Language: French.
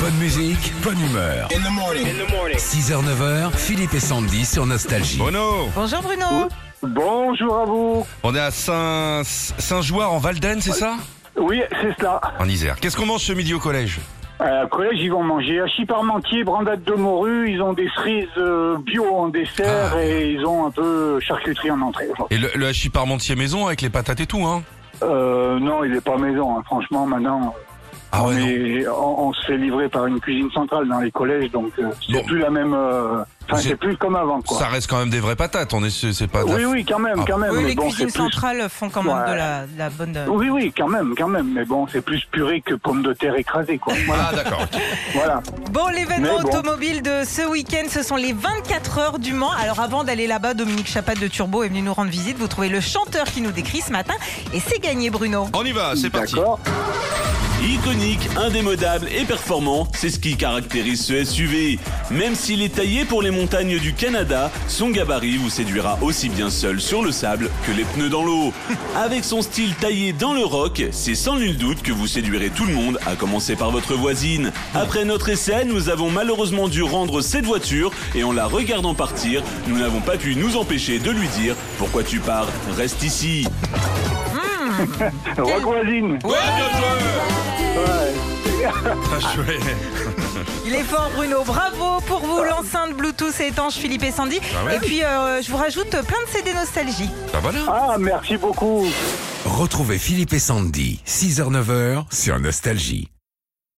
Bonne musique, bonne humeur. 6h, 9h, Philippe et Sandy sur Nostalgie. Bruno, Bonjour Bruno. Bonjour à vous. on est à Saint, Saint-Jouard en Valden, c'est ça Oui, c'est cela. En Isère. Qu'est-ce qu'on mange ce midi au collège Euh, collège, ils vont manger hachis parmentier, brandade de morue. Ils ont des cerises euh, bio en dessert Ah. et ils ont un peu euh, charcuterie en entrée. Et le, le hachis parmentier maison avec les patates et tout, hein Euh, non, il est pas maison. hein. Franchement, maintenant, Ah on, ouais, non. est- on- on se fait livrer par une cuisine centrale dans les collèges, donc euh, c'est Bon. plus la même. euh, Enfin, C'est- c'est plus comme avant, quoi. Ça reste quand même des vraies patates, on est, c'est c'est pas de la- Oui, oui, quand même, Ah. quand même. Oui, mais les bon, c'est cuisines plus. centrales font quand même Ouais. de, la, de la bonne. euh, Oui, oui, quand même, quand même. Mais bon, c'est plus purée que pommes de terre écrasées, quoi. Voilà. Ah d'accord, ok. voilà. Bon, l'événement Mais bon. automobile de ce week-end, ce sont les 24 heures du Mans. Alors avant d'aller là-bas, Dominique Chapat de Turbo est venu nous rendre visite. Vous trouvez le chanteur qui nous décrit ce matin. Et c'est gagné, Bruno. on y va, c'est parti. D'accord. Iconique, indémodable et performant, c'est ce qui caractérise ce SUV. Même s'il est taillé pour les montagnes du Canada, son gabarit vous séduira aussi bien seul sur le sable que les pneus dans l'eau. Avec son style taillé dans le rock, c'est sans nul doute que vous séduirez tout le monde, à commencer par votre voisine. Après notre essai, nous avons malheureusement dû rendre cette voiture et en la regardant partir, nous n'avons pas pu nous empêcher de lui dire pourquoi tu pars, reste ici. Rock voisine. Ouais, bien joué Ouais. Ah, chouette. Il est fort, Bruno. Bravo pour vous. Ah. L'enceinte Bluetooth et étanche, Philippe et Sandy. Ah ouais. Et puis, euh, je vous rajoute plein de CD nostalgie. Bah voilà. Ah, merci beaucoup. Retrouvez Philippe et Sandy, 6h, 9h sur Nostalgie.